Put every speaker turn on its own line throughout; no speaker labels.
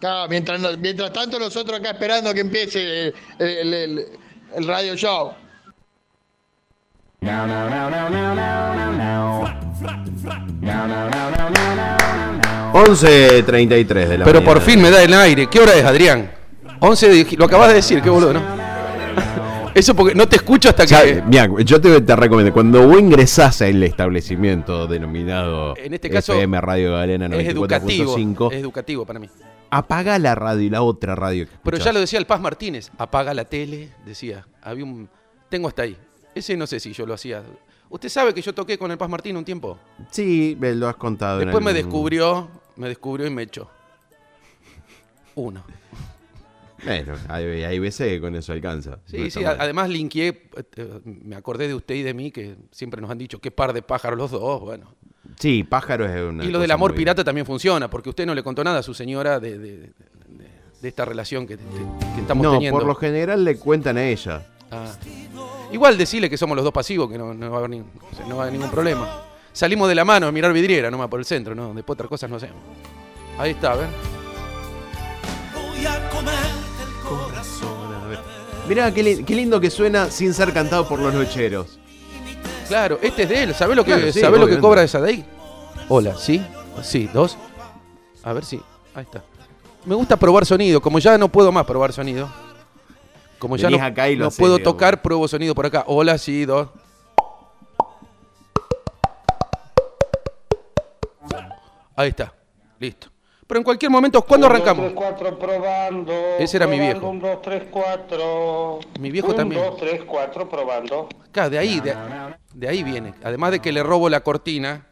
Claro, mientras, nos- mientras tanto nosotros acá esperando que empiece el, el- el- el radio show.
de la
Pero por
mañana.
fin me da el aire. ¿Qué hora es, Adrián? 11 de- Lo acabas de decir, qué boludo, ¿no? Eso porque no te escucho hasta
Ya,
que...
mira, Eh, yo te, te recomiendo, cuando vos ingresás al establecimiento denominado
En este caso,
FM Radio Galena
Es educativo.
94.5,
Es educativo para mí.
apaga la radio y la otra radio que
Pero
escuchás.
ya lo decía el Paz Martínez, apaga la tele, decía, había un... Tengo hasta ahí. Ese no sé si yo lo hacía. Usted sabe que yo toqué con el Paz Martínez un tiempo.
Sí, me lo has contado. en
Después me
algún-
descubrió, me descubrió y me echó. Uno.
Bueno, hay, hay veces que con eso alcanza. No
Sí,
está
sí, a-
mal.
además linkeé, eh, eh, me acordé de usted y de mí, que siempre nos han dicho, qué par de pájaros los dos, bueno.
Sí, pájaro es una.
y lo
cosa
del amor
muy-
pirata también funciona, porque usted no le contó nada a su señora de, de- de- de esta relación que, que- que estamos
No,
teniendo.
por lo general le cuentan a ella.
Ah. Igual decirle que somos los dos pasivos, que no, no va, a haber ni- o sea, no va a haber ningún problema. Salimos de la mano a mirar vidriera, nomás por el centro, ¿no? Después otras cosas no hacemos. Ahí está, a ver.
Mirá, qué, li- qué lindo que suena sin ser cantado por los nocheros.
Claro, este es de él. ¿Sabés lo que,
Claro, sí,
¿sabés lo que
obviamente.
cobra esa de ahí? Hola, ¿sí? Sí, dos. A ver si. Ahí está. Me gusta probar sonido. Como ya no puedo más probar sonido. Como ya no,
Venís acá y lo
no
hacés,
puedo
digamos.
tocar, pruebo sonido por acá. Hola, sí, dos. Ahí está. Listo. Pero en cualquier momento, ¿cuándo arrancamos?
2, 3, 4, probando.
Ese era mi
probando,
viejo.
Un, 2, 3, 4.
Mi viejo también.
2, 3, 4, probando.
Claro, de ahí, de, de ahí viene. Además de que le robo la cortina,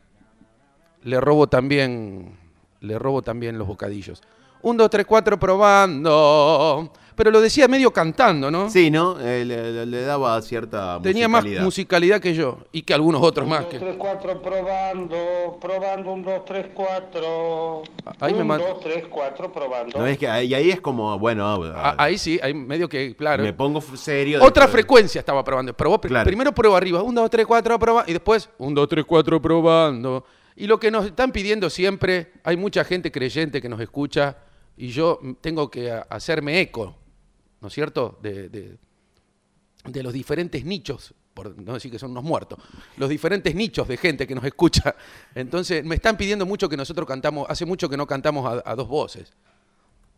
le robo también, le robo también los bocadillos. Un, dos, tres, cuatro, probando. Pero lo decía medio cantando, ¿no?
Sí, ¿no? Eh, le, le- le daba cierta
Tenía más
musicalidad.
musicalidad que yo y que algunos otros más.
2,
Que...
3, 4, probando. Probando. Un, 2, 3, 4.
Ahí me
un,
mata.
2, 3, 4, probando.
No es que ahí, ahí es como, bueno, ah,
A- ahí sí, ahí medio que, claro.
me pongo f- serio.
Otra
después-
frecuencia estaba probando. Probó pr-
Claro.
Primero prueba arriba, 1, 2, 3, 4, prueba. Y después, 1, 2, 3, 4, probando. Y lo que nos están pidiendo siempre, hay mucha gente creyente que nos escucha y yo mm, tengo que a- hacerme eco, ¿no es cierto? De, de- de los diferentes nichos, por no decir que son unos muertos, los diferentes nichos de gente que nos escucha. Entonces, me están pidiendo mucho que nosotros cantamos, hace mucho que no cantamos a, a dos voces,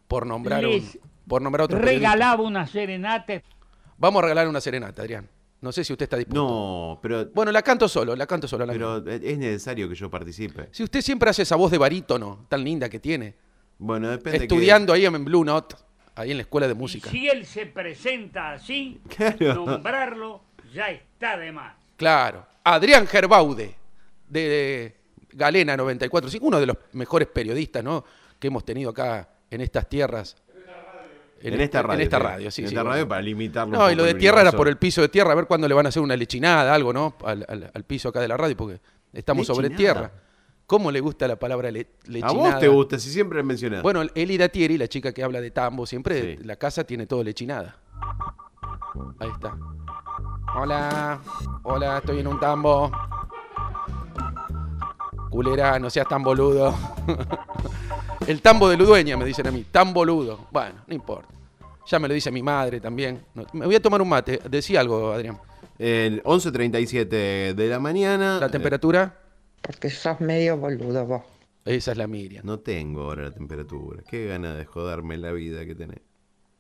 por nombrar, un-
Les
por nombrar otro periodista.
Regalaba una serenata.
Vamos a regalar una serenata, Adrián. No sé si usted está dispuesto.
No, pero,
Bueno, la canto solo, la canto solo. la mía.
pero e, es necesario que yo participe.
Si usted siempre hace esa voz de barítono tan linda que tiene,
Bueno, depende. que-
estudiando ahí en Blue Note, ahí en la escuela de
Y
música.
si él se presenta así,
Claro.
nombrarlo ya está de más.
Claro. Adrián Gerbaude, de Galena 94, sí, uno de los mejores periodistas ¿no? que hemos tenido acá en estas tierras.
En esta radio.
En esta
claro.
radio, sí.
En
sí,
esta
bueno.
radio para limitarlo. un
No, y
poco
lo de
el
tierra era
universo.
por el piso de tierra, a ver cuándo le van a hacer una lechinada, algo, ¿no? Al, al- al piso acá de la radio, porque estamos sobre
Lechinada.
tierra. ¿Cómo le gusta la palabra le-
A
lechinada?
vos te gusta, si siempre mencionás.
Bueno, Eli Datieri, la chica que habla de tambo, siempre
Sí.
la casa tiene todo lechinada. Ahí está. Hola, hola, estoy en un tambo. Culera, no seas tan boludo. El tambo de Ludueña, me dicen a mí. Tan boludo. Bueno, no importa. Ya me lo dice mi madre también. No, me voy a tomar un mate. Decí algo, Adrián.
El 11.37 de la mañana.
La temperatura,
Porque sos medio boludo vos.
esa es la Miriam.
eh, No tengo ahora la temperatura. Qué gana de joderme la vida que tenés.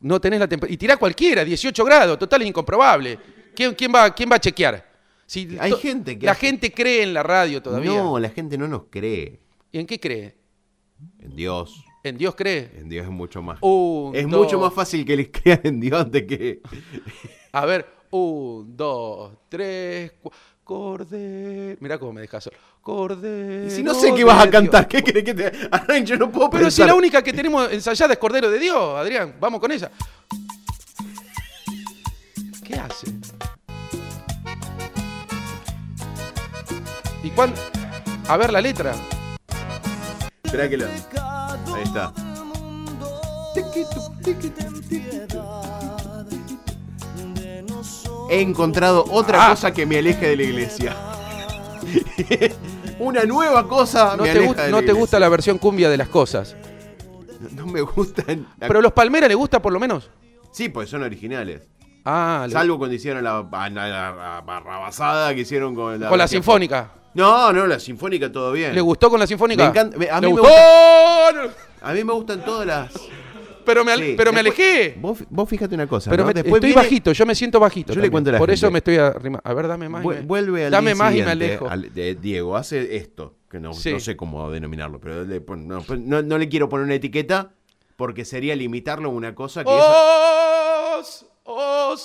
No tenés la temperatura. Y tirá cualquiera, 18 grados, total es incomprobable. ¿Quién, quién va, quién va a chequear? Si
Hay
to-
gente que
La
hace-
gente cree en la radio todavía.
No, la gente no nos cree.
¿Y en qué cree?
En Dios.
¿En Dios cree?
En Dios es mucho más.
Un,
es
dos.
mucho más fácil que les crean en Dios antes que.
A ver, un, dos, tres, cuatro. Cordero. Mirá cómo me dejas solo. Cordero.
Y si no sé qué vas
de
a
Dios.
cantar, ¿qué crees que te.? Arranque, yo no puedo
Pero si
pensar.
la única que tenemos ensayada es Cordero de Dios, Adrián. Vamos con esa. ¿Qué hace? ¿Y cuán? A ver la letra.
Esperá que lo. Ahí está. He encontrado otra
Ah.
cosa que me aleje de la iglesia. Una nueva cosa
No,
me
te,
aleja
gust-
de
no
la
te gusta la versión cumbia de las cosas.
iglesia. No me gustan.
Pero los Palmera le gusta por lo menos.
Sí, pues son originales.
Ah, le-
Salvo cuando hicieron la, ba- la- la- la barrabasada que hicieron con la.
con la sinfónica.
No, no, la sinfónica todo bien.
¿Le gustó con la sinfónica?
Me encanta- me- a
¿Le
mí me
gustó? Oh,
A mí me gustan todas las.
Pero me, al-
Sí,
pero me
después-
alejé.
Vos, vos fíjate una cosa.
Pero
¿no?
me-
Después
estoy
viene-
bajito, yo me siento bajito.
Yo le cuento a la
Por eso
gente.
me estoy arrimando. A ver, dame más. y
Vu-
me-
Vuelve al
Dame
día
más y me
siguiente,
alejo.
al- de- Diego hace esto, que no,
Sí.
no sé cómo denominarlo, pero le pon- no, no- no le quiero poner una etiqueta porque sería limitarlo a una cosa que
¡Oh,
es-
Os, oh,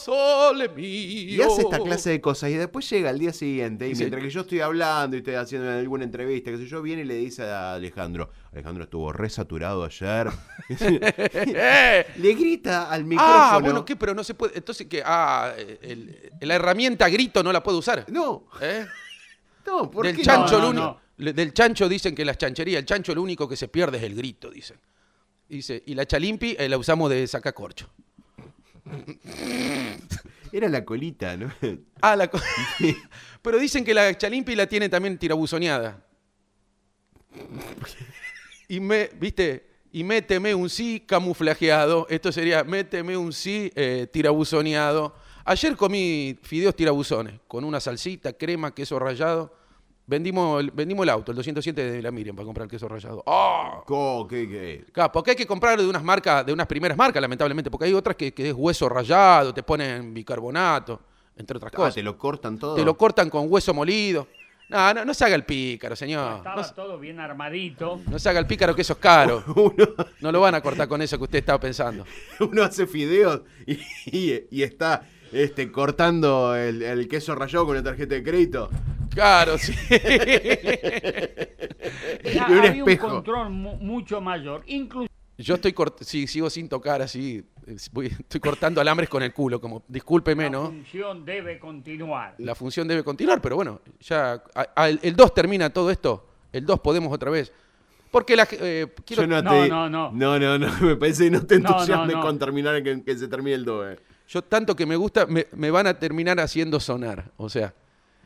sole mío.
Y hace esta clase de cosas y después llega al día siguiente y
Sí.
mientras que yo estoy hablando y estoy haciendo alguna entrevista, que sé yo, viene y le dice a Alejandro, Alejandro estuvo resaturado ayer.
¡Eh!
le grita al micrófono.
Ah, bueno, ¿qué? Pero no se puede. Entonces, que Ah, el- el- la herramienta grito no la puedo usar.
No,
¿Eh?
no, ¿por
Del
qué
chancho,
No, no,
el uni-
no.
le- del chancho dicen que las chancherías, el chancho lo único que se pierde es el grito, dicen. Dice, y la chalimpi eh, la usamos de sacacorcho.
Era la colita, ¿no?
Ah, la co- Pero dicen que la chalimpi la tiene también tirabuzoneada. Y me, viste, y méteme un sí camuflajeado. Esto sería, méteme un sí eh, tirabuzoneado. Ayer comí fideos tirabuzones con una salsita, crema, queso rallado. Vendimos el, vendimos el auto, el 207 de la Miriam, para comprar el queso rallado. ¡Ah!
Co- ¿Qué, qué?
Claro, porque hay que comprar de unas marcas, de unas primeras marcas, lamentablemente, porque hay otras que, que es hueso rallado, te ponen bicarbonato, entre otras
Ah,
cosas.
te lo cortan todo.
Te lo cortan con hueso molido. No, no, no se haga el pícaro, señor. No,
Estaba todo bien armadito.
no se haga el pícaro que eso es caro.
Uno-
No lo van a cortar con eso que usted estaba pensando.
uno hace fideos y, y- y está este, cortando el, el queso rayado con la tarjeta de crédito.
Caro, sí.
Ya
Y un
había un
espejo.
control mu- mucho mayor. Incluso
Yo estoy cort- sí, sigo sin tocar así. eh, voy- estoy cortando alambres con el culo, como discúlpeme,
la
¿no?
función debe continuar.
La función debe continuar, pero bueno, ya a- a- el 2 termina todo esto. El 2 podemos otra vez. Porque la ge- eh, quiero-
Yo no,
No,
te-
no, no.
No, no, no, Me parece que no te
No, no,
entusiasmes
no.
con terminar que, que se termine el 2.
yo tanto que me gusta, me, me van a terminar haciendo sonar. O sea,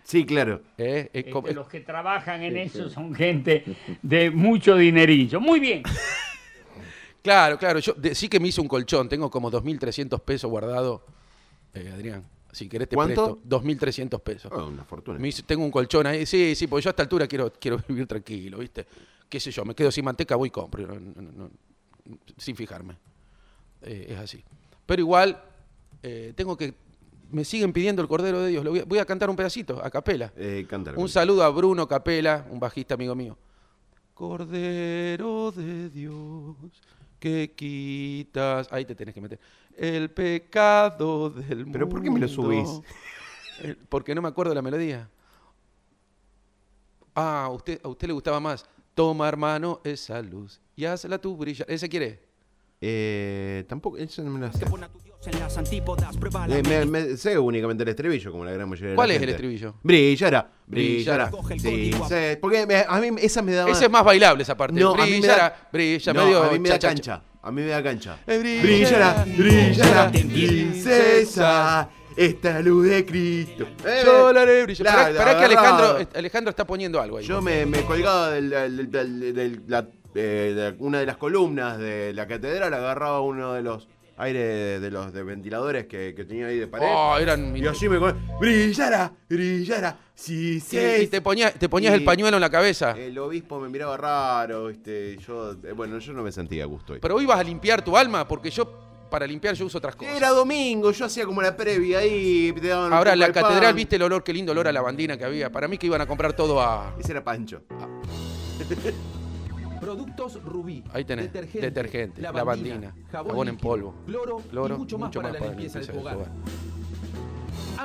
Sí, claro.
eh, es
Este,
como-
los que trabajan en eso son gente de mucho dinerillo. Muy bien.
Claro, claro. Yo de- sí que me hice un colchón. Tengo como 2.300 pesos guardado. Eh, Adrián, si querés te
¿Cuánto?
presto. 2.300 pesos.
Ah, una fortuna.
Me hice- tengo un colchón ahí. Sí, sí, porque yo a esta altura quiero, quiero vivir tranquilo, ¿viste? Qué sé yo, me quedo sin manteca, voy y compro. no- no- no- no, sin fijarme. Eh, es así. Pero igual, eh, tengo que... Me siguen pidiendo el Cordero de Dios. Lo voy, a, voy a cantar un pedacito, a capela.
Eh, cántalo.
Un saludo a Bruno Capela, un bajista amigo mío. Cordero de Dios, que quitas. Ahí te tenés que meter. El pecado del mundo.
Pero ¿por qué me lo subís?
Eh, Porque no me acuerdo la melodía. Ah, a usted, a usted le gustaba más. Toma, hermano, esa luz y hazla tú brillar. ¿Ese quiere?
Eh, tampoco, eso no me lo sé.
Pon a tu Dios en las antípodas, prueba la
Em.
Eh, me- me- sé únicamente el estribillo, como la gran mayoría de la
¿Cuál es el
gente.
estribillo?
Brillará, brillará.
Coge el
Sí,
código.
sé, porque me- a mí esa me daba...
Ese es más bailable, esa parte.
No, a mí me
Brillará,
da-
brilla,
No,
medio
a mí me da
cha-cha-cha.
cancha. A mí me da cancha.
Eh, brillará,
Brillará,
brillará,
brillará, princesa, esta luz de Cristo. Eh,
Yo la haré brillar.
la-
Pará,
la
pará que
agarraba.
Alejandro, Alejandro está poniendo algo ahí.
Yo me, me colgaba del- del- del- del- la- eh, de una de las columnas de la catedral, agarraba uno de los aires de, de los de ventiladores que, que tenía ahí de pared.
Oh, eran-
y así me colgaba. Brillará, brillará, sí,
Sí,
sí.
y te, ponía- te
Y-
ponías
Eh.
el pañuelo en la cabeza.
El obispo me miraba raro, este, yo, eh, bueno, yo no me sentía a gusto. hoy.
Pero hoy vas a limpiar tu alma, porque yo, para limpiar, yo uso otras cosas.
Era domingo, yo hacía como la previa ahí. te daban un
Ahora,
poco
la
al
catedral,
pan.
¿viste el olor? Qué lindo olor a la bandina que había. Para mí que iban a comprar todo a...
Ese era Pancho.
Productos Rubí.
Ahí tenés, detergente, lavandina, jabón en
líquido,
polvo,
Cloro,
Cloro,
y mucho, más para, la limpieza del hogar.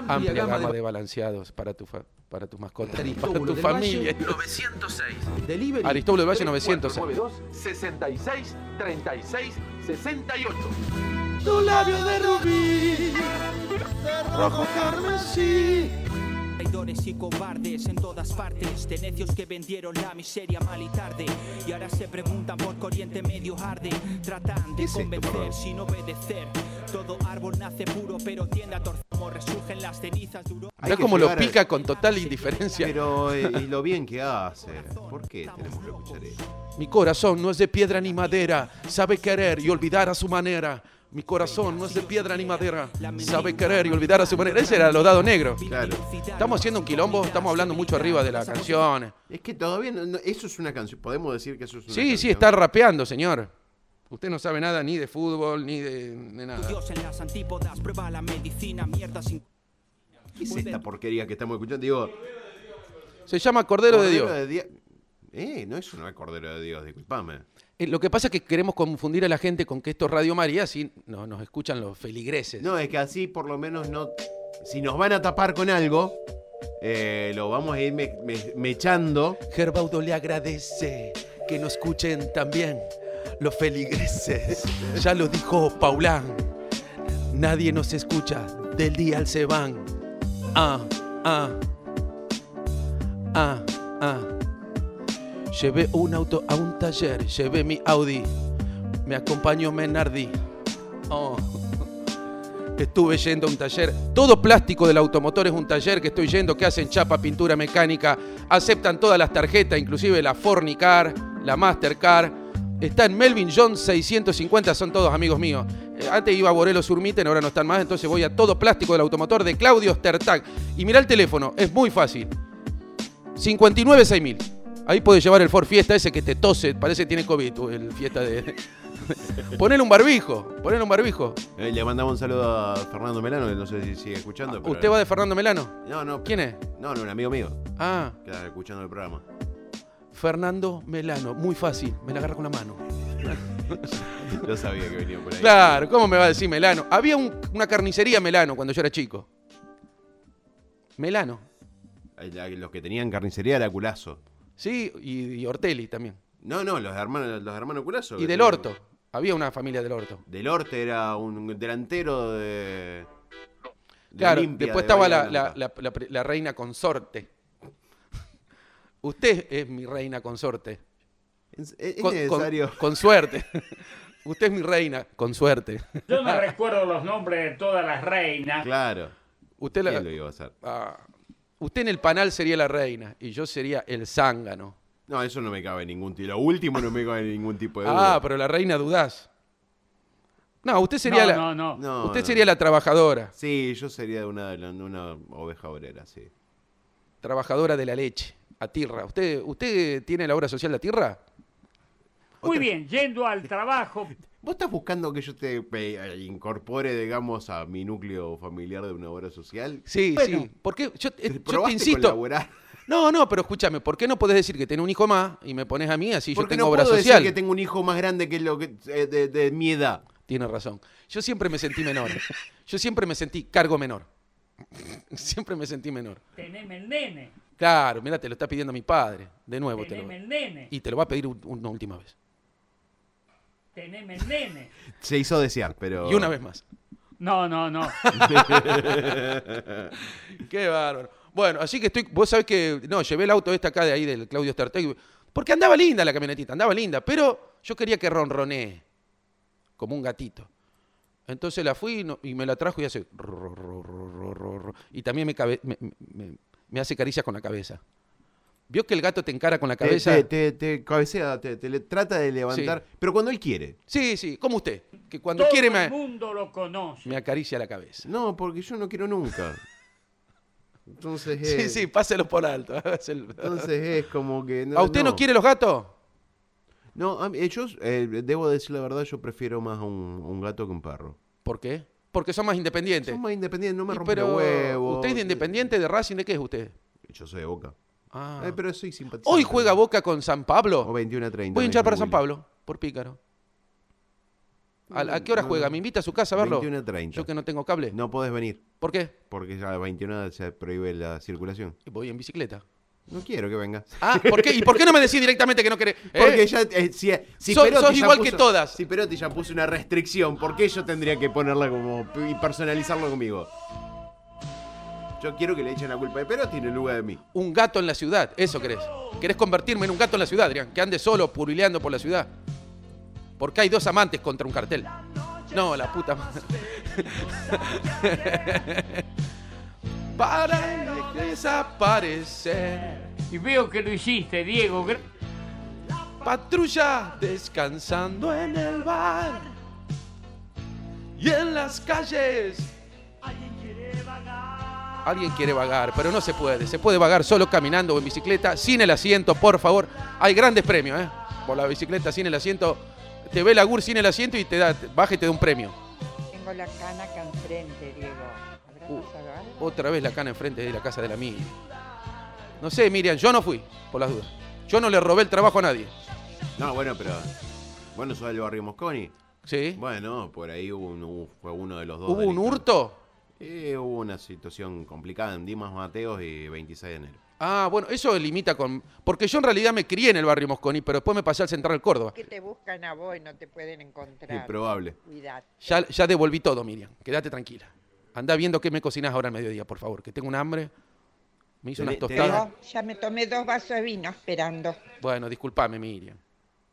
Amplia, gama, de... balanceados para tu, fa- para tus mascotas, para
Aristóbulo
tu
del
familia.
Valle,
906.
Delivery.
Aristóbulo del Valle 900.
492 66 36 68.
Rojo carmesí,
Traidores y cobardes en todas partes, de necios que vendieron la miseria mal y tarde. Y ahora se preguntan por qué Oriente Medio arde. Tratan
¿Qué
de
es esto, perdón?
convencer sin obedecer. Todo árbol nace puro, pero tiende a torcer. Como resurgen las cenizas de Europa.
Hay
Mirá
que
cómo lo
llegar a-
pica con total indiferencia.
Pero, eh, y lo bien que hace. ¿Por qué tenemos que escuchar eso?
Mi corazón no es de piedra ni madera, sabe querer y olvidar a su manera. Mi corazón no es de piedra ni madera, sabe querer y olvidar a su manera. Ese era lo dado negro.
Claro.
Estamos haciendo un quilombo, estamos hablando mucho arriba de la canción.
Es que todavía no- no- eso es una canción. Podemos decir que eso es una
Sí, sí,
canción?
está rapeando, señor. Usted no sabe nada ni de fútbol, ni de, de nada.
Dios en las antípodas prueba la medicina, mierda sin
¿Qué es esta porquería que estamos escuchando? Digo,
Se llama Cordero de Dios.
Cordero de Dios. Eh, no es una Cordero de Dios, disculpame.
Eh, Lo que pasa es que queremos confundir a la gente con que esto es Radio María, así no, nos escuchan los feligreses.
No, es que así por lo menos no. Si nos van a tapar con algo, eh, lo vamos a ir me- me- mechando.
Gerbaudo le agradece que nos escuchen también los feligreses. Ya lo dijo Paulán. Nadie nos escucha, del día al se van. Ah, ah, ah, ah. Llevé un auto a un taller, llevé mi Audi, me acompañó Menardi. Oh. Estuve yendo a un taller. Todo plástico del automotor es un taller que estoy yendo, que hacen chapa, pintura mecánica, aceptan todas las tarjetas, inclusive la Fornicar, la Mastercard. Está en Melvin John 650, son todos amigos míos. Eh, Antes iba a Borelo Surmiten, ahora no están más, entonces voy a todo plástico del automotor de Claudio Stertag. Y mirá el teléfono, es muy fácil. 59 6000. Ahí puedes llevar el Ford Fiesta ese que te tose, parece que tiene COVID, tú, el Fiesta de... ponele un barbijo, ponele un barbijo.
Eh, le mandamos un saludo a Fernando Melano, que no sé si sigue escuchando. pero-
Ah, ¿Usted va de Fernando Melano?
No, no.
¿Quién es?
No, no, un amigo mío
Ah,
que está escuchando el programa.
Fernando Melano. Muy fácil, me la agarra con la mano.
Yo sabía que venía por ahí.
Claro, ¿cómo me va a decir Melano? Había un- una carnicería Melano cuando yo era chico. Melano.
Eh, la- Los que tenían carnicería era Culazo.
Sí, y, y Ortelli también.
No, no, los hermanos, los hermanos Culazo.
Y
que
del
tenían-
Orto. Había una familia del Orto.
Del Orte era un delantero de. de
Claro,
Olimpia,
después
de
estaba
Bahía
la, la-
Blanca.
la- la pre- la reina consorte. Usted es mi reina consorte.
Es, es- es
Con- con-
necesario.
con suerte. Usted es mi reina, con suerte.
Yo me recuerdo los nombres de todas las reinas.
Claro.
Usted la,
¿Quién lo iba a hacer?
Ah, usted en el panal sería la reina y yo sería el zángano.
No, eso no me cabe ningún tipo. Lo último no me cabe ningún tipo de duda.
Ah, pero la reina dudás. No, usted sería
no,
la.
no, no,
No,
usted
no.
sería la trabajadora.
Sí, yo sería una, una oveja obrera, sí.
Trabajadora de la leche. Atirra. ¿Usted, ¿Usted tiene la obra social de Atirra?
Muy bien, yendo al trabajo,
¿Vos estás buscando que yo te pe- incorpore, digamos, a mi núcleo familiar de una obra social?
Sí,
Bueno,
sí. ¿Por qué? Yo, eh,
¿te
yo te
probaste
insisto.
colaborar?
No, no, pero escúchame, ¿por qué no podés decir que tenés un hijo más y me pones a mí así yo
Porque
tengo
no
obra
puedo
social?
decir que tengo un hijo más grande que lo que eh, de, de mi edad.
Tiene razón. Yo siempre me sentí menor. Yo siempre me sentí cargo menor. Siempre me sentí menor.
teneme el nene,
Claro, mira, te lo está pidiendo mi padre. De nuevo te lo
teneme el nene,
Y te lo va a pedir un- una última vez.
teneme el nene.
Se hizo desear, pero.
Y una vez más.
No, no, no.
Qué bárbaro. Bueno, así que estoy. Vos sabés que. No, llevé el auto esta acá de ahí del Claudio Starteg. Porque andaba linda la camionetita, andaba linda. Pero yo quería que ronronee. Como un gatito. Entonces la fui y, no- y me la trajo y hace. ro, ro, ro, ro, ro, ro, ro. Y también me, cabe- me- me- me hace caricias con la cabeza. ¿Vio que el gato te encara con la
Te-
cabeza?
Te, te- te cabecea, te, te le- trata de levantar. Pero cuando él quiere.
Sí, sí, como usted. Que cuando
Todo
quiere
el
me,
mundo lo conoce.
me acaricia la cabeza.
No, porque yo no quiero nunca. Entonces eh,
Sí,
es,
sí, páselo por alto. hágaselo.
Entonces es como que.
¿A usted no. quiere los gatos?
No, a mí- yo eh, debo decir la verdad, yo prefiero más un, un gato que un perro.
¿Por qué? Porque son más independientes.
Son más eh. independientes, no me
Y
rompen
pero,
los huevos.
¿Usted es de independiente de Racing? ¿De qué es usted?
Yo soy de Boca.
Ah.
Eh, pero soy simpatizante.
Hoy juega Boca con San Pablo.
O 21 a 30.
Voy a hinchar para
dice
San
Willy.
Pablo, por pícaro. ¿A, a qué hora
no,
juega?
no.
¿Me invita a su casa a verlo?
21 a 30.
Yo que no tengo cable.
No podés venir,
¿Por qué?
porque ya a 21 se prohíbe la circulación.
Voy en bicicleta.
No quiero que vengas.
Ah, ¿por qué? ¿Y por qué no me decís directamente que no querés? ¿Eh?
Porque ya. eh, si, si
Sos-
Perotti
sos
ya
igual que
puso-
todas.
Si Perotti ya puso una restricción, ¿por qué yo tendría que ponerla como. y personalizarlo conmigo? Yo quiero que le echen la culpa de Perotti en lugar de mí.
Un gato en la ciudad, eso querés. Querés convertirme en un gato en la ciudad, Adrián, que ande solo purileando por la ciudad. Porque hay dos amantes contra un cartel. No, la puta madre. Para de desaparecer.
Y veo que lo hiciste, Diego. gra-
Patrulla descansando en el bar y en las calles. Alguien quiere vagar, pero no se puede. Se puede vagar solo caminando o en bicicleta, sin el asiento, por favor. Hay grandes premios, ¿eh? Por la bicicleta sin el asiento. Te ve la GUR sin el asiento y te da, te- baja y te da un premio.
Tengo la canaca enfrente, Diego. ¿Habrá
Uh,
pasado algo?
otra vez la cana enfrente de la casa de la mía. No sé, Miriam, yo no fui, por las dudas. Yo no le robé el trabajo a nadie.
No, bueno, pero. Bueno, sos del barrio Mosconi.
¿Sí?
Bueno, por ahí hubo un- hubo- fue uno de los dos.
¿Hubo un
delitos.
hurto?
Eh, hubo una situación complicada en Dimas Mateos y 26 de enero.
Ah, bueno, eso limita con. Porque yo en realidad me crié en el barrio Mosconi, pero después me pasé al Central Córdoba.
Que te buscan a vos y no te pueden encontrar.
Improbable.
Cuidado.
Ya, ya devolví todo, Miriam. Quédate tranquila. Andá viendo qué me cocinas ahora al mediodía, por favor, que tengo un hambre. Me hice unas
Tené-
tostadas.
Yo ya me tomé dos vasos de vino esperando.
Bueno, discúlpame, Miriam.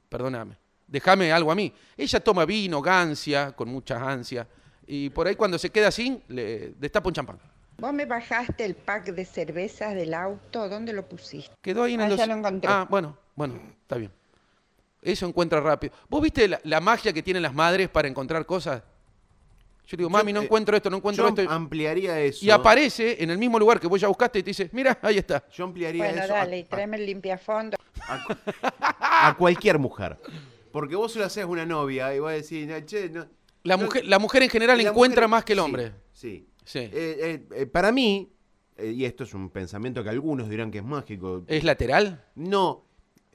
Perdóname. Déjame algo a mí. Ella toma vino, gancia, con muchas ansias. Y por ahí cuando se queda sin, le destapa un champán.
Vos me bajaste el pack de cervezas del auto. ¿Dónde lo pusiste?
Quedó ahí en el
Ah, ya
dosi-
lo encontré.
Ah, bueno, bueno, está bien. Eso encuentra rápido. ¿Vos viste la, la magia que tienen las madres para encontrar cosas? Yo digo, mami, no
eh,
encuentro esto, no encuentro
Yo
esto. Y-
ampliaría eso.
Y aparece en el mismo lugar que vos ya buscaste y te dice, mira, ahí está.
Yo ampliaría
Bueno,
eso. a-
dale, y
a-
tráeme el limpiafondo.
a, cualquier mujer. Porque vos se lo haces una novia y vas a decir, "No, che, no.
La
no".
mujer, la mujer en general
La
encuentra
mujer-
más que el
sí,
hombre.
Sí.
Sí.
Eh, eh, eh, para mí, eh, y esto es un pensamiento que algunos dirán que es mágico.
¿Es lateral?
No.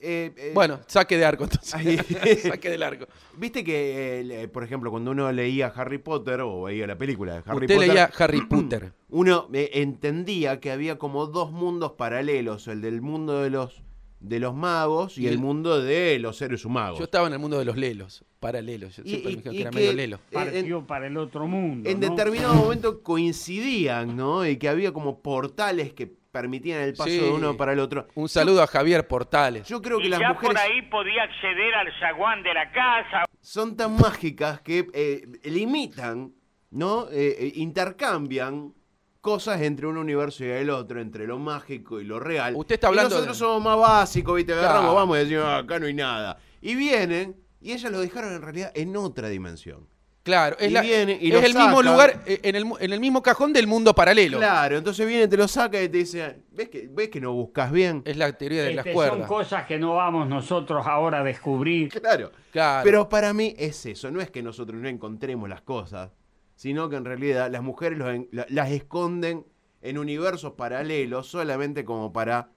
eh, eh,
Bueno, saque de arco
Ahí.
entonces. saque del arco.
Viste que, eh, le- por ejemplo, cuando uno leía Harry Potter o veía la película de Harry
Usted
Potter,
leía Harry Potter.
uno eh, entendía que había como dos mundos paralelos, el del mundo de los de los magos y,
Y
el,
el-
mundo de los seres humanos.
Yo estaba en el mundo de los lelos, paralelos. Yo
Y-
siempre
y-
me dijeron
y
que era
que-
medio lelo.
Eh, en-
Partió para el otro mundo.
En
¿no?
determinado momento coincidían, ¿no? Y que había como portales que permitían el paso
Sí.
de uno para el otro.
Un saludo a Javier Portales.
Yo creo que
Y
las
ya por
mujeres
ahí podía acceder al zaguán de la casa.
son tan mágicas que eh, limitan, ¿no? Eh, eh, intercambian cosas entre un universo y el otro, entre lo mágico y lo real.
Usted está hablando
Y nosotros
de-
somos más básicos, ¿viste? Agarramos,
Claro.
vamos y decimos, "Ah, acá no hay nada. Y vienen, y ellas lo dejaron en realidad en otra dimensión.
Claro, es,
Y
la-
viene y
es
lo
el mismo
saca.
lugar, eh, en el, mu- en el mismo cajón del mundo paralelo.
Claro, entonces viene, te lo saca y te dice, ¿ves que, ves que no buscas bien?
Es la teoría de las
Este, son
cuerdas.
cosas que no vamos nosotros ahora a descubrir.
Claro.
Claro.
Pero para mí es eso, no es que nosotros no encontremos las cosas, sino que en realidad las mujeres los en- la- las esconden en universos paralelos solamente como para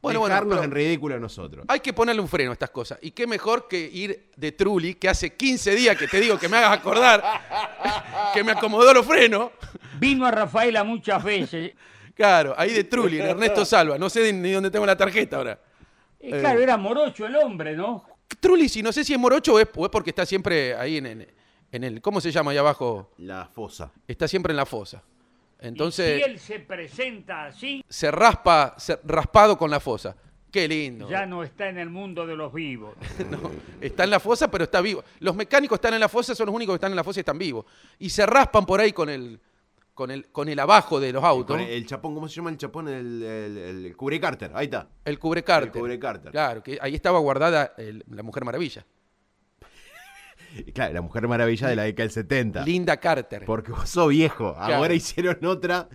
Bueno, bueno,
dejarnos
pero
en ridículo a nosotros.
hay que ponerle un freno a estas cosas. Y qué mejor que ir de Trulli, que hace 15 días que te digo que me hagas acordar, que me acomodó los frenos.
Vino a Rafaela muchas veces.
Claro, ahí de Trulli, de Ernesto Salva. No sé ni dónde tengo la tarjeta ahora.
Eh, claro, era morocho el hombre, ¿no?
Trulli, si no sé si es morocho o es, o es porque está siempre ahí en, en- en el. ¿Cómo se llama ahí abajo?
La fosa.
Está siempre en la fosa. Entonces
Y si él se presenta así,
se raspa, se- raspado con la fosa. Qué lindo.
ya no está en el mundo de los vivos.
No, está en la fosa, pero está vivo. Los mecánicos están en la fosa, son los únicos que están en la fosa y están vivos. Y se raspan por ahí con el, con el, con el abajo de los autos.
Con
¿no?
el,
El,
chapón, ¿cómo se llama el chapón? El, el, el cubrecárter, ahí está.
cubrecárter.
El cubrecárter.
Claro, que ahí estaba guardada el- la Mujer Maravilla.
Y Claro, la mujer maravilla de la década del 70.
Linda Carter.
Porque vos sos viejo.
Claro.
Ahora hicieron otra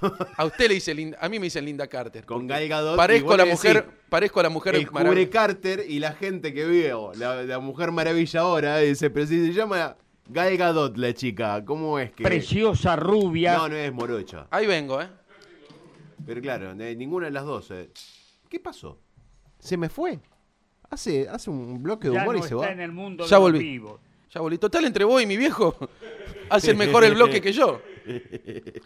con,
A usted le dice Linda, a mí me dicen Linda Carter.
con Gal Gadot. y
Parezco
vos
la
le
mujer,
decís,
parezco la mujer
el
maravilla.
cubre Carter y la gente que veo, la, la Mujer Maravilla ahora, dice, pero si se llama Gal Gadot la chica, ¿cómo es que...?
Preciosa rubia.
No, no es morocha.
Ahí vengo, ¿eh?
Pero claro, de ninguna de las dos. eh. ¿Qué pasó? ¿Se me fue? Hace, hace un bloque de
ya no
humor y
está
se va.
en el mundo
Ya
de
volví.
los vivos.
Ya volví. Total, entre vos y mi viejo hacen mejor el bloque que yo.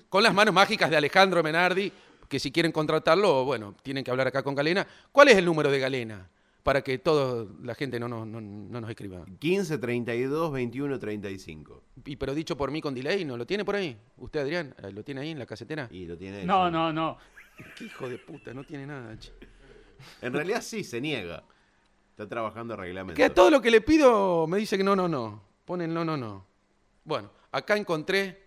Con las manos mágicas de Alejandro Menardi, que si quieren contratarlo, bueno, tienen que hablar acá con Galena. ¿Cuál es el número de Galena? para que toda la gente no, nos- no- no nos escriba.
15, 32, 21, 35.
Y, pero dicho por mí con delay, ¿no lo tiene por ahí? ¿Usted, Adrián, eh, lo tiene ahí en la casetera?
Y lo tiene.
No, no, no.
Qué hijo de puta, no tiene nada, che.
En realidad sí, se niega. Está trabajando reglamento.
Que a todo lo que le pido me dice que no, no, no. Ponen no, no, no. Bueno, acá encontré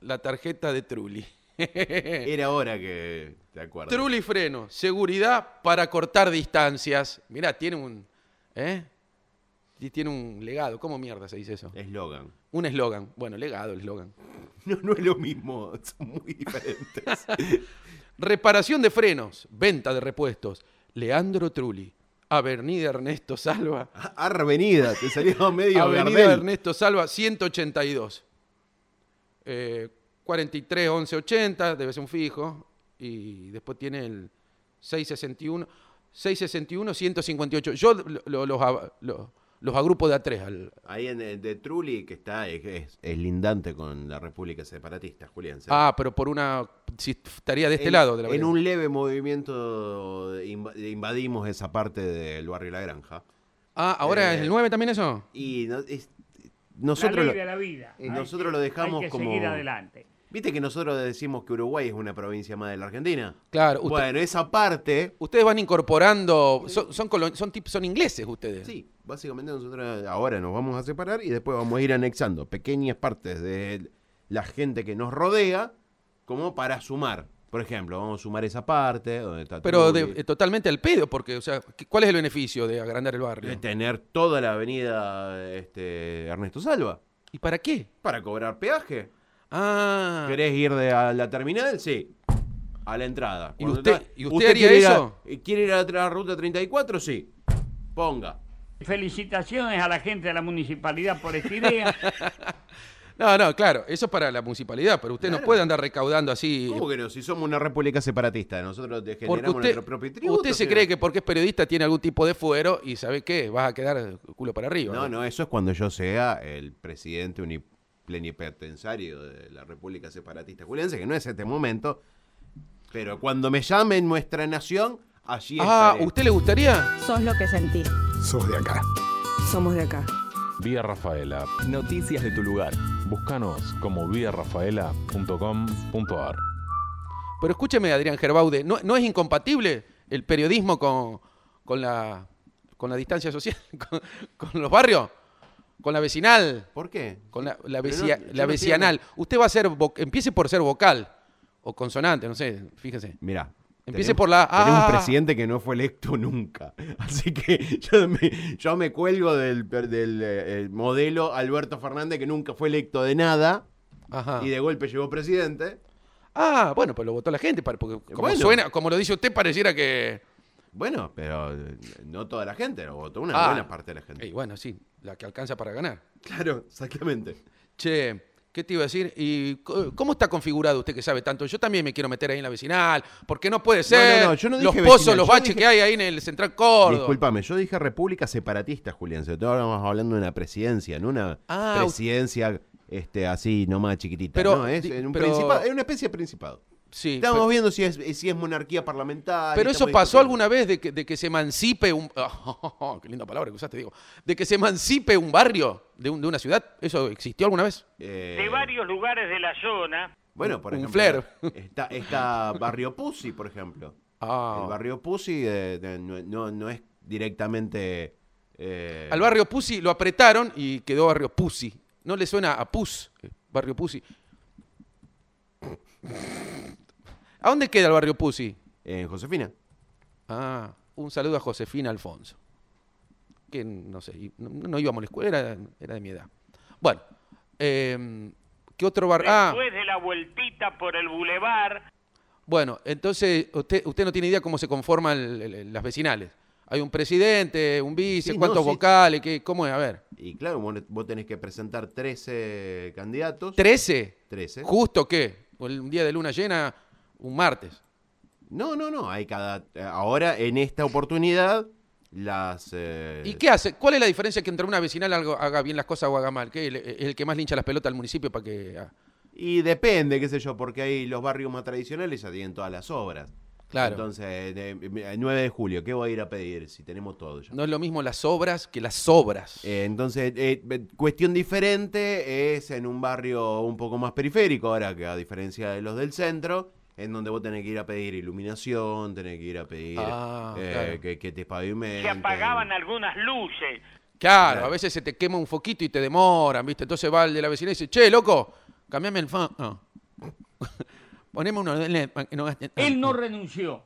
la tarjeta de Trulli.
Era hora que te acuerdas.
Trulli freno, seguridad para cortar distancias. Mirá, tiene un. ¿Eh? Y Tiene un legado. ¿Cómo mierda se dice
Eh.
eso?
Eslogan.
Un eslogan. Bueno, legado, eslogan.
No, no es lo mismo, son muy diferentes.
Reparación de frenos, venta de repuestos. Leandro Trulli, Avenida Ernesto Salva.
Arvenida, te salió medio
Avenida
Gardel.
Ernesto Salva, 182. Eh, 43 11 80, debe ser un fijo. Y después tiene el 661. 661, 158. Yo lo- lo- los, a- lo- los agrupo de a tres. al-
Ahí en el de Trulli, que está, es, es- es lindante con la República Separatista, Julián. se-
Ah, pero por una. Si estaría de este
en-
lado de la
En
vereda.
un leve movimiento de inv- de invadimos esa parte del barrio La Granja.
Ah, ahora
eh,
es el 9 también eso.
Y no- es-
la
nosotros,
ley
lo-
de la vida.
y
Hay
nosotros
que-
lo dejamos
hay que
como-
seguir adelante.
viste que nosotros decimos que Uruguay es una provincia más de la Argentina.
Claro, usted-
Bueno, esa parte,
Ustedes van incorporando. Son, son, colo- son, tip- son ingleses ustedes.
sí, básicamente nosotros ahora nos vamos a separar y después vamos a ir anexando pequeñas partes de la gente que nos rodea como para sumar. Por ejemplo, vamos a sumar esa parte donde está
Pero de-
Trulli.
eh, totalmente al pedo, porque, o sea, ¿cuál es el beneficio de agrandar el barrio?
de tener toda la avenida este, Ernesto Salva
¿Y para qué?
para cobrar peaje.
Ah,
¿Querés ir de a la terminal? Sí. A la entrada.
¿Y
Cuando
usted-
está-
y usted haría
quiere ir a-
eso?
eh, ¿Quiere ir a la ruta 34? Sí. Ponga.
Felicitaciones a la gente de la municipalidad por esta idea.
no, no, claro, eso es para la municipalidad, pero usted no puede andar recaudando así.
¿Cómo que no? Si somos una república separatista, nosotros de- generamos
Porque usted,
nuestro propio tributo.
usted se
señor.
cree que porque es periodista tiene algún tipo de fuero y ¿sabe qué? Vas a quedar culo para arriba.
No, no, eso es cuando yo sea el presidente uni- plenipotenciario de la república separatista juliense, que no es este momento, pero cuando me llamen nuestra nación, allí
Ah,
estaré.
¿usted le gustaría?
Sos lo que sentís.
Sos de acá.
Somos de acá.
Vía Rafaela. Noticias de tu lugar. Búscanos como viarafaela.com.ar.
Pero escúcheme, Adrián Gerbaude, ¿no, no es incompatible el periodismo con, con la, con la distancia social, con, con los barrios, con la vecinal?
¿Por qué?
Con la, la,
Pero no, yo
vecia- la
no entiendo.
vecinal. Usted va a ser, vo- empiece por ser vocal o consonante, no sé, fíjese.
Mirá.
Empiece
tenemos-
por la A.
Tenemos un presidente que no fue electo nunca. Así que yo me, yo me cuelgo del, per- del, eh, el modelo Alberto Fernández que nunca fue electo de nada
Ajá.
y de golpe llegó presidente.
Ah, bueno, pues lo votó la gente, para- porque como
Bueno.
suena, como lo dice usted, pareciera que.
Bueno, pero eh, no toda la gente lo votó, una
Ah.
buena parte de la gente.
Y bueno, sí, la que alcanza para ganar.
Claro, exactamente.
Che, ¿qué te iba a decir? ¿Y co- cómo está configurado usted que sabe tanto? Yo también me quiero meter ahí en la vecinal, porque no puede ser.
no, no, yo no
los
dije
pozos,
vecinal,
los
yo
baches
dije-
que hay ahí en el Central Córdoba.
Disculpame, yo dije república separatista, Julián. Se estábamos hablando de una presidencia, no una
Ah,
presidencia este, así nomás chiquitita.
Pero-
no, es,
di-
en un
pero-
principado- es una especie de principado.
Sí.
Estamos
pero-
viendo si es, si es monarquía parlamentaria.
Pero eso
estamos
pasó
discutiendo.
alguna vez de que, de que se emancipe un. oh, qué linda palabra que usaste, digo. De que se emancipe un barrio de, un- de una ciudad. ¿Eso existió alguna vez?
Eh,
De varios lugares de la zona,
bueno, por
Un
ejemplo,
flare.
Está, está Barrio Pussy, por ejemplo.
Ah.
El Barrio Pussy de- de- no, no- no es directamente... eh,
Al barrio Pussy lo apretaron y quedó barrio Pussy. ¿No le suena a Pus? Barrio Pussy. ¿A dónde queda el barrio Pussy?
En Josefina.
Ah, un saludo a Josefina Alfonso. Que no sé, y no, no íbamos a la escuela, era, era de mi edad. Bueno, em, ¿qué otro barrio? Ah,
después de la vueltita por el bulevar,
Bueno, entonces usted, usted no tiene idea cómo se conforman el- el- las vecinales. Hay un presidente, un vice,
Sí,
cuántos
no, sí.
vocales, qué, ¿cómo es? A ver,
Y claro, vos, vos tenés que presentar 13 candidatos.
¿13?
13.
¿Justo qué? ¿Un día de luna llena? ¿Un martes?
No, no, no. Hay cada... eh, Ahora, en esta oportunidad, las... eh,
¿Y qué hace? ¿Cuál es la diferencia que entre una vecinal algo- haga bien las cosas o haga mal? ¿Qué? ¿El, el que más lincha las pelotas al municipio para que... ah,
Y depende, qué sé yo, porque hay los barrios más tradicionales ya tienen todas las obras.
Claro.
Entonces, eh, eh, el 9 de julio, ¿qué voy a ir a pedir si tenemos todo ya?
No es lo mismo las obras que las obras.
Eh, entonces, eh, eh, cuestión diferente es en un barrio un poco más periférico ahora, que a diferencia de los del centro, en donde vos tenés que ir a pedir iluminación, tenés que ir a pedir
Ah,
eh,
claro.
que, que te
Se
pavimenten.
apagaban algunas luces.
Claro, a veces se te quema un foquito y te demoran, ¿viste? Entonces va el de la vecina y dice, che, loco, cambiame el fan. ah. Poneme uno de LED para que no gasten tanto".
Él no renunció.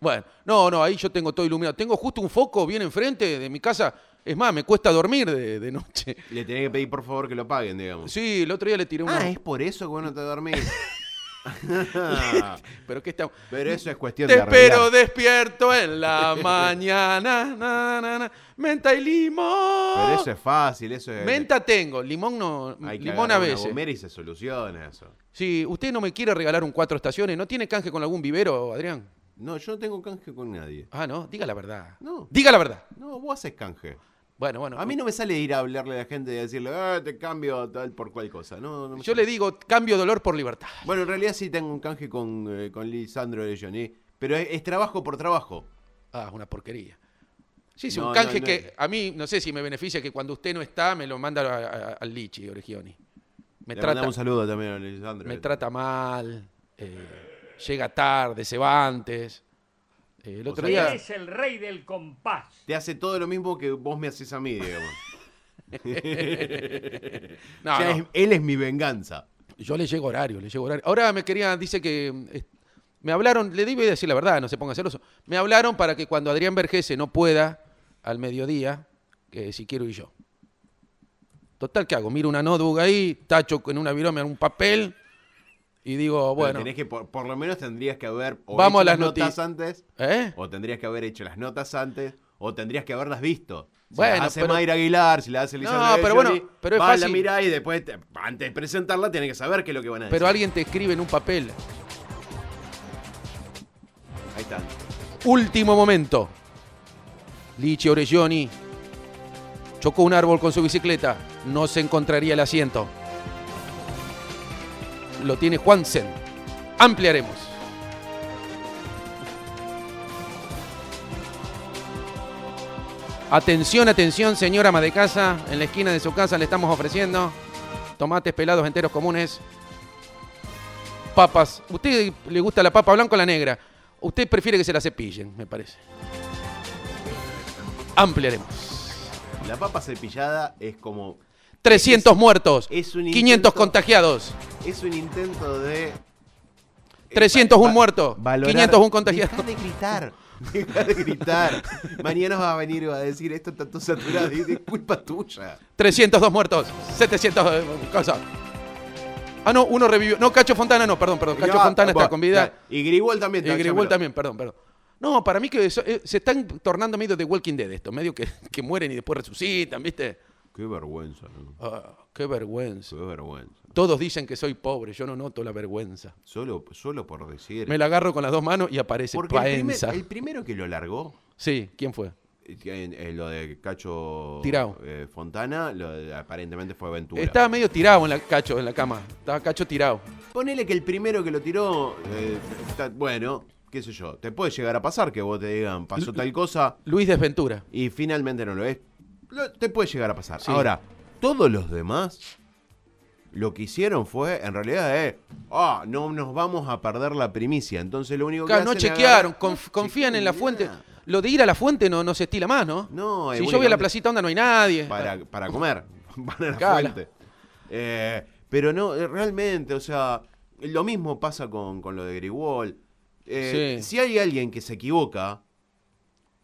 Bueno, no, no, ahí yo tengo todo iluminado. Tengo justo un foco bien enfrente de mi casa. Es más, me cuesta dormir de, de noche.
Le tenés que pedir, por favor, que lo paguen, digamos.
Sí, el otro día le tiré una...
Ah, es por eso que vos no te dormís.
Pero qué está...
Pero eso es cuestión
Te
de arreglar.
espero despierto en la mañana. na, na, na. Menta y limón.
Pero eso es fácil, eso es...
Menta tengo, limón no,
Hay que
limón a
agarrar una
veces.
gomera y se soluciona eso.
Si usted no me quiere regalar un cuatro estaciones, ¿no tiene canje con algún vivero, Adrián?
No, yo no tengo canje con nadie.
Ah, no, diga la verdad.
No,
Diga la verdad.
no, vos haces canje.
Bueno, bueno.
A mí no me sale ir a hablarle a la gente y decirle, "Ah, te cambio tal por cual cosa. No, no me
Yo
sale.
le digo, cambio dolor por libertad.
Bueno, en realidad sí tengo un canje con, eh, con Lisandro de Johnny, pero es, es trabajo por trabajo.
Ah, es una porquería. Sí, sí,
No,
un
no,
canje
no.
que a mí, no sé si me beneficia que cuando usted no está, me lo manda a- a- al Lichi, Oregioni.
Le
Me trata,
mandamos un saludo también a Lisandro.
me
Eh,
trata mal, eh, llega tarde, se va antes. Eh, el otro
Él
día...
es el rey del compás.
Te hace todo lo mismo que vos me haces a mí, digamos.
No,
O sea,
no.
es- él es mi venganza.
Yo le llego horario, le llego horario. Ahora me quería, dice que. mm, es- Me hablaron, le digo y decir la verdad, no se ponga celoso. Me hablaron para que cuando Adrián Vergese no pueda, al mediodía, que si quiero y yo. Total, ¿qué hago? Miro una notebook ahí, tacho con una virome en un papel y digo,
Pero
bueno.
tenés que, por, por lo menos tendrías que haber o
Vamos
hecho
a las
notas
noti-
antes,
¿Eh?
o tendrías que haber hecho las notas antes, o tendrías que haberlas visto. Si
Bueno,
la hace
pero-
Mayra Aguilar, si la hace Lisandro de
pero bueno,
Johnny,
pero es
vas, la
fácil.
mirás y después, te- antes de presentarla, tenés que saber qué es lo que van a decir.
Pero alguien te escribe en un papel.
Ahí está.
Último momento. Lichi Orelloni chocó un árbol con su bicicleta. No se encontraría el asiento. Lo tiene Juansen. Ampliaremos. Atención, atención, señora ama de casa. En la esquina de su casa le estamos ofreciendo tomates pelados enteros comunes. Papas. ¿Usted le gusta la papa blanca o la negra? Usted prefiere que se la cepillen, me parece. Ampliaremos.
La papa cepillada es como
300 muertos,
es un
500
intento-
contagiados,
Es un intento de. eh,
301
va-
muertos,
valorar-
501 contagiados.
Dejá de gritar. Deja de gritar. Mañana vas a venir y vas a decir esto está todo saturado. Y es culpa tuya.
302 muertos, 700 eh, cosas. Ah, no, uno revivió. No, Cacho Fontana, no, perdón, perdón. Cacho
Ya,
Fontana
bueno,
está con vida.
ya. Y Grigol también.
Y Grigol también, perdón, perdón. No, para mí que eso- eh, se están tornando medio de Walking Dead esto, medio que, que mueren y después resucitan, ¿viste?
Qué vergüenza, ¿no?
Ah, qué vergüenza.
Qué vergüenza.
Todos dicen que soy pobre, yo no noto la vergüenza.
Solo, solo por decir.
Me la agarro con las dos manos y aparece
Porque el, primer-
Paenza.
el primero que lo largó.
Sí, ¿quién fue?
eh, eh, lo de Cacho
Tirao.
eh, Fontana, lo de- aparentemente fue Ventura.
Estaba medio tirado en la cacho, en la cama. Estaba cacho tirado.
Ponele que el primero que lo tiró, eh, está- bueno, qué sé yo, te puede llegar a pasar que vos te digan, pasó tal cosa
Luis Desventura.
y finalmente no lo es. Lo- te puede llegar a pasar.
Sí.
Ahora, todos los demás lo que hicieron fue, en realidad, es, ah, no nos vamos a perder la primicia. Entonces lo único que
Claro, no
hacen es
chequearon,
agarrar-
conf- confían en la
chequean
fuente.
nada.
Lo de ir a la fuente no, no se estila más, ¿no?
No, es
si yo voy a la
únicamente-
placita onda no hay nadie.
para, para comer. Van a la
Claro.
fuente. Eh, pero no, eh, realmente, o sea, lo mismo pasa con, con lo de Grigol. Eh,
Sí.
Si hay alguien que se equivoca,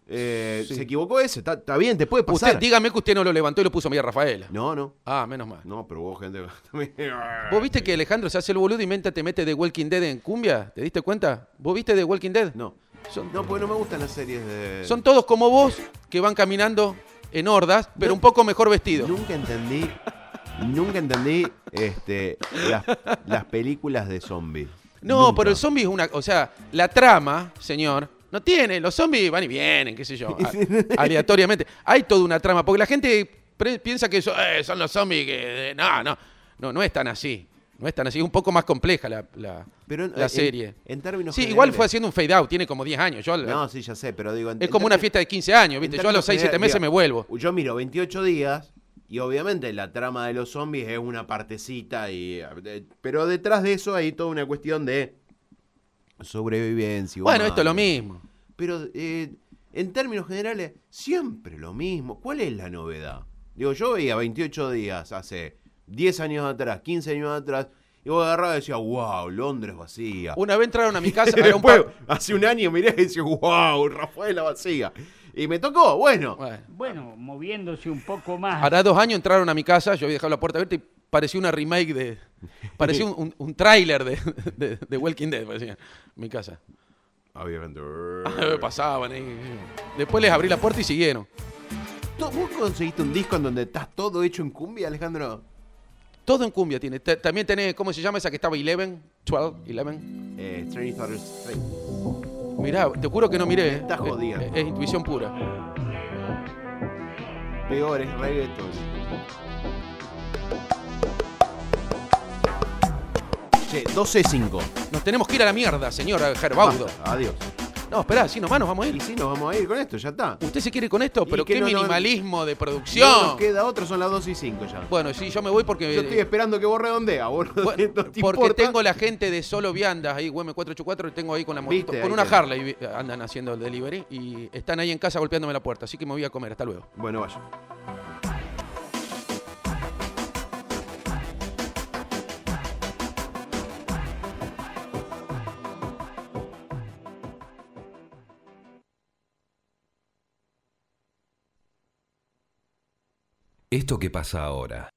eh,
Sí.
se equivocó ese, está está bien, te puede pasar.
Usted, dígame que usted no lo levantó y lo puso a María Rafaela.
No, no,
Ah, menos mal.
no, pero vos, gente.
¿Vos viste que Alejandro se hace el boludo y menta te mete de Walking Dead en cumbia? ¿Te diste cuenta? ¿Vos viste de Walking Dead?
No,
Son,
no, porque no me gustan las series de.
son todos como vos que van caminando en hordas, pero
No.
un poco mejor vestidos.
Nunca entendí. Nunca entendí este, las, las películas de zombies.
No,
Nunca.
pero el zombie es una. O sea, la trama, señor, no tiene. Los zombies van y vienen, qué sé yo, a- aleatoriamente. Hay toda una trama, porque la gente pre- piensa que so- eh, son los zombies que. eh, no, no. No, no es tan así. No es tan así, es un poco más compleja la, la-
Pero en-
la
en-
serie.
en términos
Sí, igual
generales-
fue haciendo un fade out, tiene como 10 años. Yo,
No, sí, ya sé, pero digo... en-
es
en
como una
términos-
fiesta de 15 años, ¿viste?
en
Yo a
términos
los 6, 7
generales,
meses me vuelvo.
Yo miro 28 días y obviamente la trama de los zombies es una partecita y eh, pero detrás de eso hay toda una cuestión de sobrevivencia.
Bueno,
humana.
esto es lo mismo.
Pero eh, en términos generales siempre lo mismo. ¿Cuál es la novedad? Digo, yo veía 28 días hace 10 años atrás, 15 años atrás y vos agarrabas y decías, "Wow, Londres vacía."
Una vez entraron a mi casa,
Y
era un
después,
par-
hace un año miré y decía, wow, Rafaela vacía. Y me tocó, bueno.
Bueno, moviéndose un poco más.
Ah. Hará dos años entraron a mi casa, yo había dejado la puerta abierta y parecía una remake de. Parecía un, un, un tráiler de, de, de Walking Dead, parecía. Mi casa. Ah,
Obviamente.
Pasaban ahí. Después les abrí la puerta y siguieron.
¿Tú- ¿Vos conseguiste un disco en donde estás todo hecho en cumbia, Alejandro?
Todo en cumbia tiene. Te- también tenés, ¿cómo se llama esa que estaba? 11, 12, 11.
Eh, Strange Daughters, sí.
Mirá, te juro que no miré. eh.
Estás
Es-
jodiendo.
Es, es intuición pura.
Peor, es reggaeton. Che, 12-5.
Nos tenemos que ir a la mierda, señora Gerbaudo.
Basta, Adiós.
No, esperá, si nomás nos vamos a ir.
Y si nos vamos a ir con esto, ya está.
¿Usted se quiere ir con esto?
Y
Pero
que
qué
no, no,
minimalismo de producción.
No nos queda otro, son las 2 y 5 ya.
Bueno, sí, yo me voy porque.
Yo estoy esperando que vos redondeas, boludo.
Bueno,
¿No te
porque
importa?
tengo la gente de Solo Viandas ahí, UM484, y tengo ahí con la motito,
Viste, ahí
con una
tenés.
Harley vi- andan haciendo el delivery y están ahí en casa golpeándome la puerta, así que me voy a comer, hasta luego.
Bueno, vaya.
Esto que pasa ahora